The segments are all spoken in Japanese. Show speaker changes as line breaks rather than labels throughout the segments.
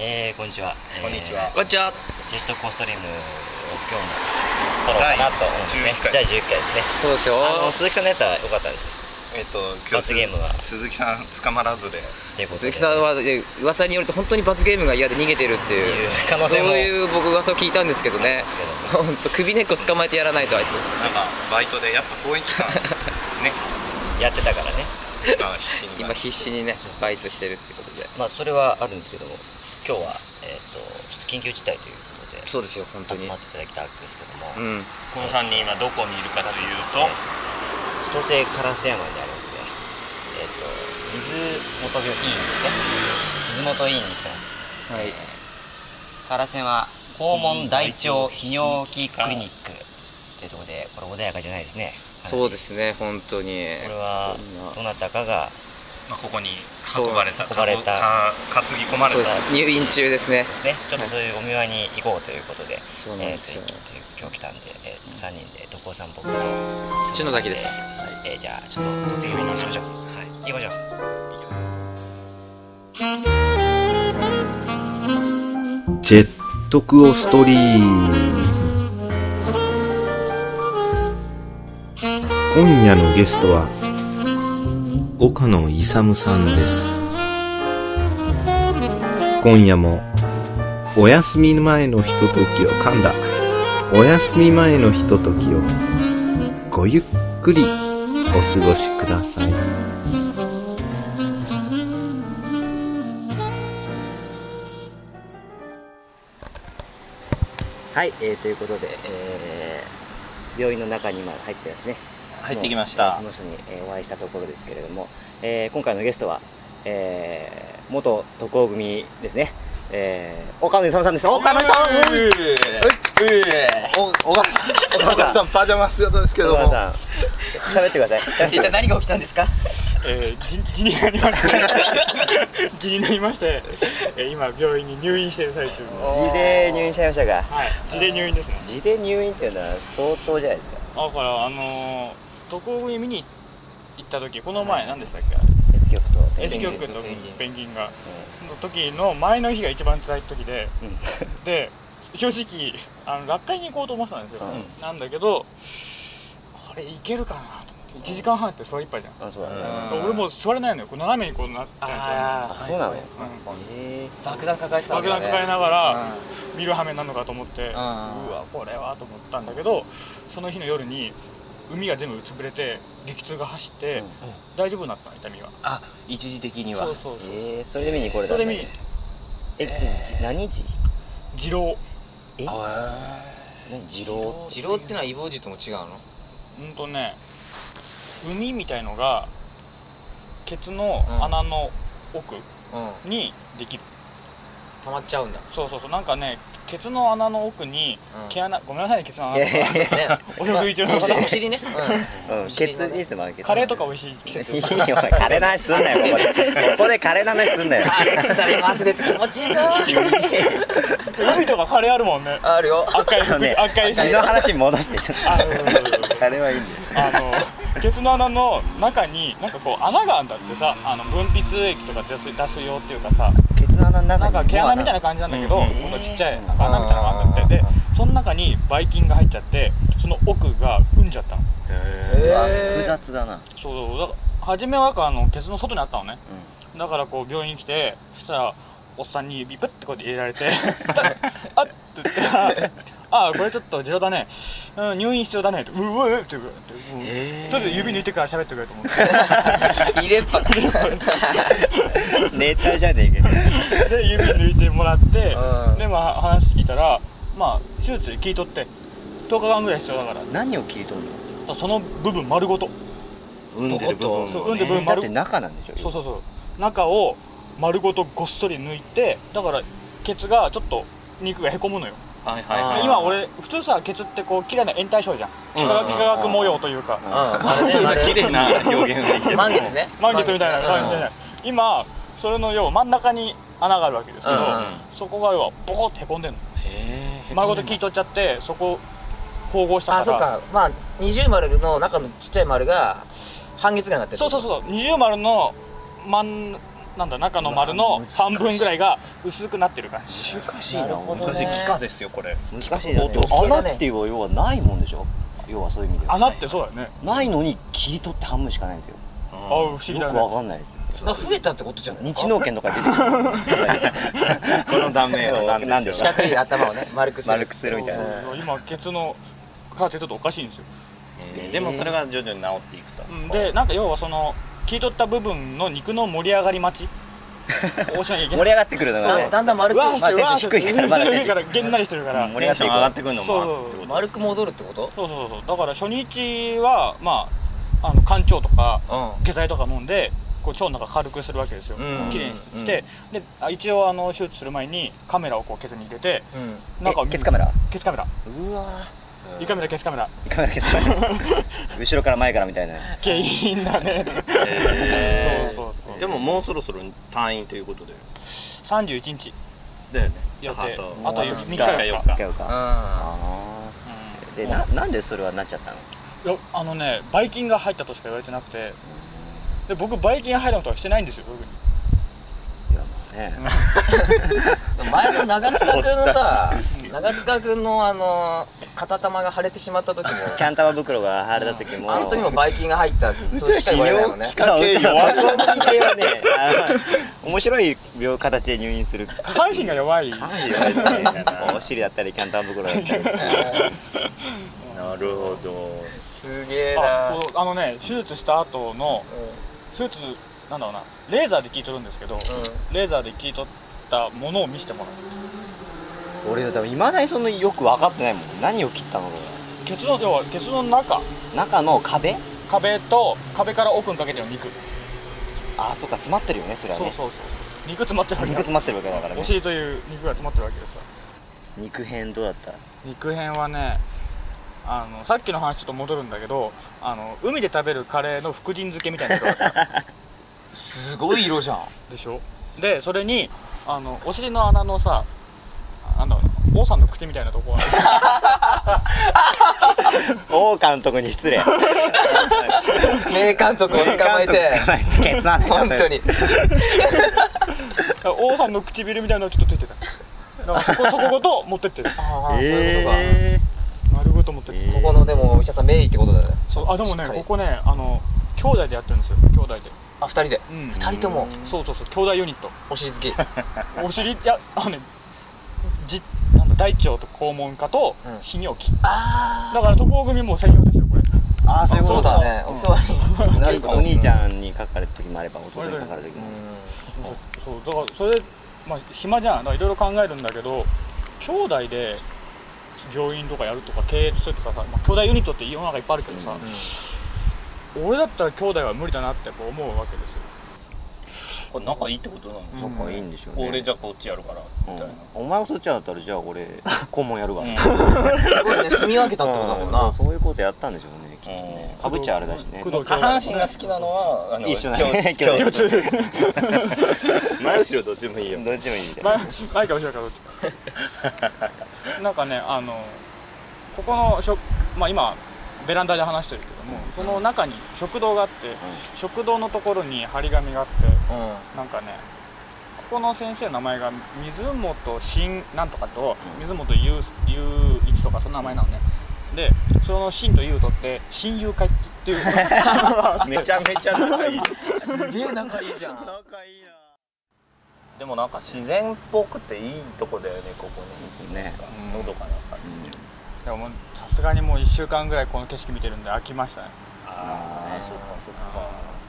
えー、こんにちは。
こんにちは
えー
こんにちは。
ジェットコーストリームを今日も撮ろう
第
かなと思うんですね。第
第
11回ですね。
そうですよ。
あの鈴木さんのやつは良かったです。
えっと
罰ゲームは
鈴木さん捕まらずで
ということ
鈴
で
木さんは、え噂によると本当に罰ゲームが嫌で逃げてるっていう
いう可能性も
そういう僕噂を聞いたんですけどね
そ
本当首根っこ捕まえてやらないとあいつ
なんかバイトでやっぱ公演期 間ね
やってたからね。
今必死に
今必死にねバイトしてるってことで
まあそれはあるんですけども、今日はえっ、とちょっと緊急事態ということで、
そうですよ本当に
集まっていただきたわけですけども、
うん
この3人今どこにいるかというと
千歳烏山にありますね。えっ、と水元病院ですね。水元院に来てます。
はい
烏山肛門大腸泌尿器クリニックというところでこれ穏やかじゃないですね
そうですすね本当に
これはどなたかが
まあ、ここに運ばれた
そう運ばれた
かか担ぎ込まれ
そう
た
です入院中ですね
ですねちょっとそういうお見舞いに行こうということで、
そうなんですよ
えーと今日来たんで、えーと、3人で徳尾さん僕と
篠崎です
はいえーじゃあちょっと突撃に行きましょうはい行きましょう
ジェットクオストリーム。今夜のゲストは、岡野勇さんです。今夜も、お休み前のひとときを噛んだ。お休み前のひとときを、ごゆっくりお過ごしください。
はい、えーということで、えー病院の中に今入ってですね
入ってきました
その人に、えーお会いしたところですけれども、えー今回のゲストは、えー元徳尾組ですね、えー、岡野勇さんです岡野さん
ういういうお小川さん
小川さん
小川さんパジャマ姿ですけど
岡野
も
さん喋ってください喋ってください
何が起きたんですか
えー、ぎぎになりましてぎになりまして、えー今病院に入院してる最中です
地で入院しちゃいましたが
はい自で入院ですね
地で入院っていうのは相当じゃないですか
だからあのー、渡航組見に行った時この前何でしたっけ、
S 局とペン
S
ギン
局
う
と
ん
ペンギンがの時の前の日が一番辛い時で
うん
で正直あの学会に行こうと思ってたんですよ、
う
なんだけどこれ行けるかなと思って1時間半ってそれ一杯じゃん
あそうだね
うん
俺もう座れないのよこう斜めにこうなっちゃ
あそうなの、え
爆弾抱えて
うんですよね爆弾抱えながら見る羽目なのかと思ってう
あー
わこれはと思ったんだけどその日の夜に海が全部潰れて激痛が走って、
うん
大丈夫になったの痛みが
あ一時的に
そうそうそう
えーそれで見に来れた
そ
ん
れ
だ
で
ね
見に
え、何時
二郎
え何二 郎
治療ってのは異防治とも違うの
うんとね海みたいのがケツの
うん
穴の奥
うん
にできる、
溜まっちゃうんだ
そうそうそうなんかねケツの穴の奥に
うん
毛穴、ごめんなさいねケツの穴
いやいやい
ね
俺も浮いちゃいました
お尻ね
うん、ケツいいっすもん
カレーとか美
味し
味しい季節
いいよ、お前カレーの話すんなよ、ここでここでカレーの話すんなよ
カレー食べますねって気持ちいいぞ
海とかカレーあるもんね
あるよ
赤い
あのね、
赤い
血の話戻してちょっと
あそうそうそう
カレーはいいんだよ
あのケツの穴の中になんかこう穴があんだってさあの分泌液とか出す出す用っていうかさ
ケツの穴の中
な
に
んか毛穴みたいな感じなんだけど、
うん
このちっちゃいなんか穴みたいなのがあんだってでその中にばい菌が入っちゃってその奥がうんじゃったの
うわ複雑だな
そうだから初めはなんかあのケツの外にあったのねだからこう病院に来てそしたらおっさんにビプってこうやって入れられて あっって言ったら「あこれちょっと重要だね、うん、入院必要だね」って「うわえって言うからうんちょっと指抜いてから喋ってくれ」と思って
入れっぱ
入れっぱ
うん ネタじゃねえけど
で指抜いてもらって
うん
でまあ話聞いたらまあ手術聞いとって10日間ぐらい必要だから
何を聞いとんの
その部分丸ごと
産んでる部分をね
そう産んでる部分
だって
丸
中なんでしょ
そうそうそう中を丸ごとごっそり抜いてだからケツがちょっと肉がへこむのよ
はい
いはいあー
今俺普通さケツってこう綺麗な円対称じゃん幾
う
何
ん
幾何学模様というか
うんあれねあれ
綺麗な表現できてる
満月ね
満月みたいな
うん
感じで今それの要は真ん中に穴があるわけですけど、
うん
そこが要はボコってへこんでんの
へー
丸ごと切り取っちゃってそこ縫合したから
あそうかまあ二重丸の中のちっちゃい丸が半月がなってる
そうそうそう二重丸の真んなんだ中の丸の半分ぐらいが薄くなってる感じ
難しいな
難しい幾何ですよこれ
難しいな、ね
幾、何
穴っていうのは要はないもんでしょ要はそういう意味では
穴ってそうだよね
ないのに切り取って半分しかないんですよ
ああ不思議
よ
だ
く
ね
わかんないです
まあ増えたってことじゃない
日農研とか出てくる
この断面は何でしょう
なんでし
四
ょう
角い頭をね丸くする
丸くするみたいな
そう今ケツのカーテンちょっとおかしいんですよ
えー
でもそれが徐々に治っていくと
うんでなんか要はその切り取った部分の肉の盛り上がり待ちおしなきゃい
盛
けな
り
い
上がってくるのが
だ
ね
だんだん丸く
うわーしてうわーして
低いからまだ低い
低いからげんなりしてるから、
盛り上がってくるのもあるってこと
丸く戻るってこと
そうそうそうだから初日はまああの館長とか下剤とか飲んでこう腸の中軽くするわけですよ、
うん
きれいにして、であ一応あの手術する前にカメラをこうケツに入れて
う
中を見
えケ
る
ツカメラ
ケツカメラ
うわ
胃カメラケツカメラ
ーカメラケツカメラ後ろから前からみたいな
原因だね、
へー
そうそうそう
でももうそろそろ退院ということで
31日
だよね
予定
あと
あと
あと
3
3
日
日
4
4
日
日
使うか
ん
あー
うん
でななんでそれはなっちゃったの
いやあのねばい菌が入ったとしか言われてなくてで僕ばい菌入ったことはしてないんですよ特に
いやまあね
前の長塚君のさ長塚君のあの片玉が腫れてしまった時も
キャン玉袋が貼れた時も
あの時もばい菌が入ったとしか言われないもんね
そう
家
う
系
ちの
弱い
学校の系はねあの面白い病形で入院する
下半身が弱い
かなり弱いですねお尻だったりキャン玉袋だったり
なるほど
すげえな
あそうあのね手術した後の手術なんだろうなレーザーで切り取るんですけど、レーザーで切り取ったものを見せてもらう
俺多分いまだにそのよく分かってないもん何を切ったのか
ケツの要はケツの中
な中の壁
壁と壁から奥にかけての肉、
あそうか詰まってるよねそれは
そう
ね
そうそう肉詰まってるわけ
肉
だ
詰まってるわけだから
お
ね
尻という肉が詰まってるわけですか
肉片どうだ った
ら肉片はねあのさっきの話ちょっと戻るんだけどあの海で食べるカレーの福神漬けみたいな色だった
すごい色じゃん
でしょでそれにあのお尻の穴のさなんだろうな王さんの口みたいなとこがある
王監督に失礼
名監督を捕まえ
名監督を
て
捕まえてケツの穴
本当に
王さんの唇みたいなのがちょっとついてただからそこそこごと持ってってる
ああそういうことか、
え
丸ごと持ってってる、
ー
ここのでもお医者さん名医ってことだよね
そうあでも
し
ね
っかり
ここねあの兄弟でやってるんですよ兄弟で
あ二人で、
うん
二人とも
そうそうそう兄弟ユニット
お尻好き
お尻いやあのねじなんだ大腸と肛門科と
うん
泌尿器、
あ
だから渡航組もう専用ですよこれ
あ
あ
あそういうこ
そ
と
うだねお世話にな
な
る
ん
こ
か
と
お兄ち
ん
ゃんにかかる時もあれば弟にかかる時も
そうだからそれまあ暇じゃんだからいろいろ考えるんだけど兄弟で病院とかやるとか経営するとかさ、まあ、兄弟ユニットって世の中いっぱいあるけどさ、俺だったら兄弟は無理だなってこう思うわけですよ
これ仲いいってことなの
そこいいんでしょうね
俺じゃあこっちやるからみたいな
うんお前もそっちだったらじゃあ俺顧問やるわ ね
すごいね住み分けたってことだもんな、
うんそういうことやったんでしょうねきっとね
うん
かぶっちゃあれだしね
工藤
下半身が好きなのはあの
一緒だ
共
ね
共
共
通前後ろどっちもいいよ
どっちもいいみたい
前
な
前か後ろかど っちなんかねあのここの食、まあ、今ベランダで話してるけども、その中に食堂があって、食堂のところに張り紙があって、なんかねここの先生の名前が水本新なんとかと
うん
水本雄雄一とかその名前なのねでその新と雄とって親友会っ ていう
めちゃめちゃ仲 いい
すげえ仲いいじゃん
でもなんか自然っぽくていいとこだよねここね
ね
なんかのどかな感じで
でももうさすがにもう1週間ぐらいこの景色見てるんで飽きましたね
あ
あー
あそっかそっか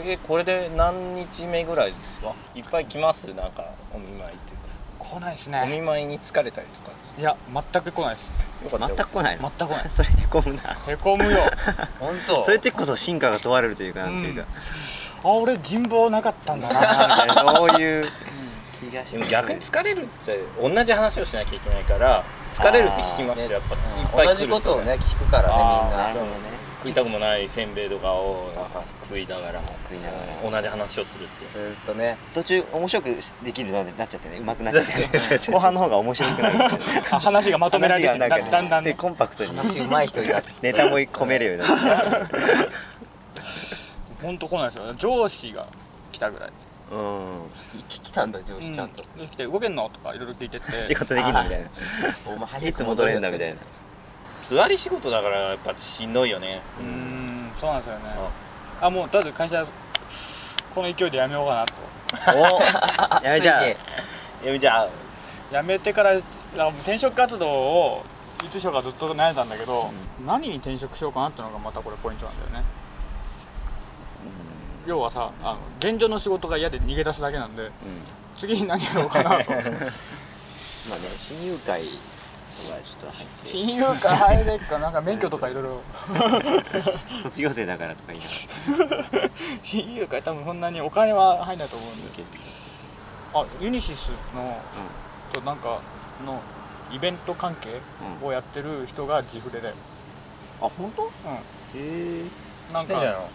えこれで何日目ぐらいですかいっぱい来ますなんかお見舞いっていう
来ないです
かお見
ね
舞いに疲れたりとか
いや全く来ないです
よかっ
全
たよ
く来ないの
全く来ない
それへこむな
へこむよ
本当
それってこそ進化が問われるというかなんていうか
あ俺人望なかったんだ
な
な
んか そういう気がし
で
ま
も
す
逆に疲れるって同じ話をしなきゃいけないから疲れるって聞きますよやっぱいっぱい来る
同じことをね聞くから
な
ね
るほど
みんな
ね
食いたくもないせんべいとかをなんか食いながら
食いながら
同じ話をするっていう
ずーっとね
途中面白くできるようになっちゃってねうまくなっちゃって後半の方が面白くなるみたいな
あ話がまとめられて
話がなんかね
だんだんね
でコンパクトに
話うまい人になる
ネタも込めるようになってきた
本当来ないですよ上司が来たぐらい
うん
来来たんだ上司ちゃんと、
うできて動けんのとかいろいろ聞いてっ
仕
て
事できんのみたいな
お前
い
早
つ
く
戻れんだみたいな
座り仕事だからやっぱしんどいよね
うーんそうなんですよねあもうとりあえず会社この勢いで辞めようかなと
おやめちゃ
ついうに
えみちゃん
辞めてからあの転職活動をいつしようかずっと悩んだんだけど、何に転職しようかなってのがまたこれポイントなんだよね要はさあの現状の仕事が嫌で逃げ出すだけなんで
うん
次に何やろうかなと
まあね親友会とかちょっと入って
親友会入れっかなんか免許とかいろい ろ
卒業生だからとか言いながら
親友会多分そんなにお金は入んないと思うんで
受けてくださ
あユニシスの
いうん
となんかのイベント関係をやってる人が自フレだよ、
あ本当？
う
へえ。い
ん、
知ってんじゃないの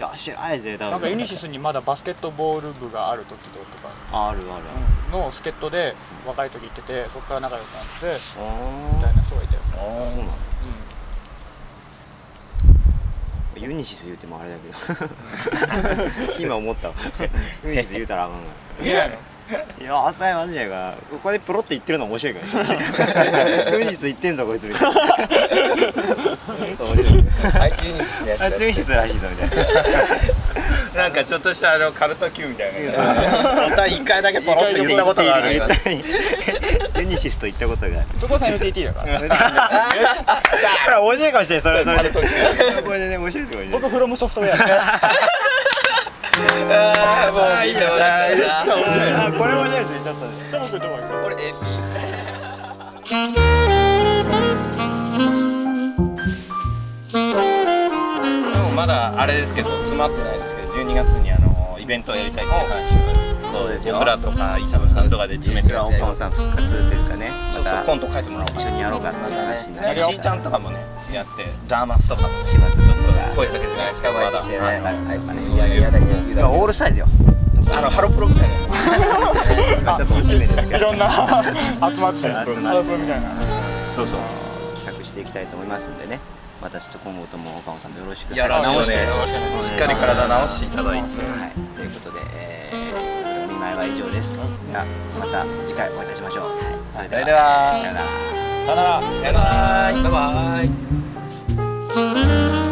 や知らないぜ多分。
なんかユニシスにまだバスケットボール部がある時とか
ああるある
の助っ人で若い時行っててそこから仲良くなって
ある。
みたいな人がいたよ、
あーそうなんだ
う
ユニシス言うてもあれだけ ど今思ったわユニシス言うたらあかんないいや浅いマジやからここでプロって言ってるの面白い からねユニシス言ってんぞこいつみたいななんか面白い
あいつユニシスのやつだ
あ
よ
いつユニシスらしいぞみたいな
なんかちょっとしたあのカルト級みたいなまた一回だけポロッと言ったことがあるよね
ユニシスと言ったことがある
ん、そこは NTT だから
ほら面白いかもしれないそれそれ
それ丸解
これでね面 白いとこ
僕フロムソフトウェア
あーもう見てもらったな
あこれ面白いですねちょっとね
でもこれどこ行く
これ AP
でもまだあれですけど詰まってないですけど12月にあのイベントをやりたいっていう話を
そうですよ
僕らとかイサムさんとかで詰めてるん
岡
ですけど
本さん復活というかね
そうそう
ま
コ
た
ント書いてもらおうか
一緒
な
にやろうかっていう話にな
ね
り
し
ま
ー
し
ちゃ
た
んとかもねやってダーマスとかも
柴田さんとか
声かけてないですか
近
ま
場
だ
にしてね
はいはい
あいつ嫌だ嫌だ嫌だ
オールスタイルよ
あのハロプロみたい
今
な
ちょっと落ち目ですけ
い
ど
ろんな 集まって
集まって
ハロプロみたいな
そうそう
企画していきたいと思いますんでねまたちょっと今後とも岡本さんもよろしく
よろしく
直
ね
してはい
しっかり体直していただいて
ということでえーお見舞いは以上ですではまた次回お会いいたしましょうそれ
それでは
さようなら
さよなら
バイバイバイバイ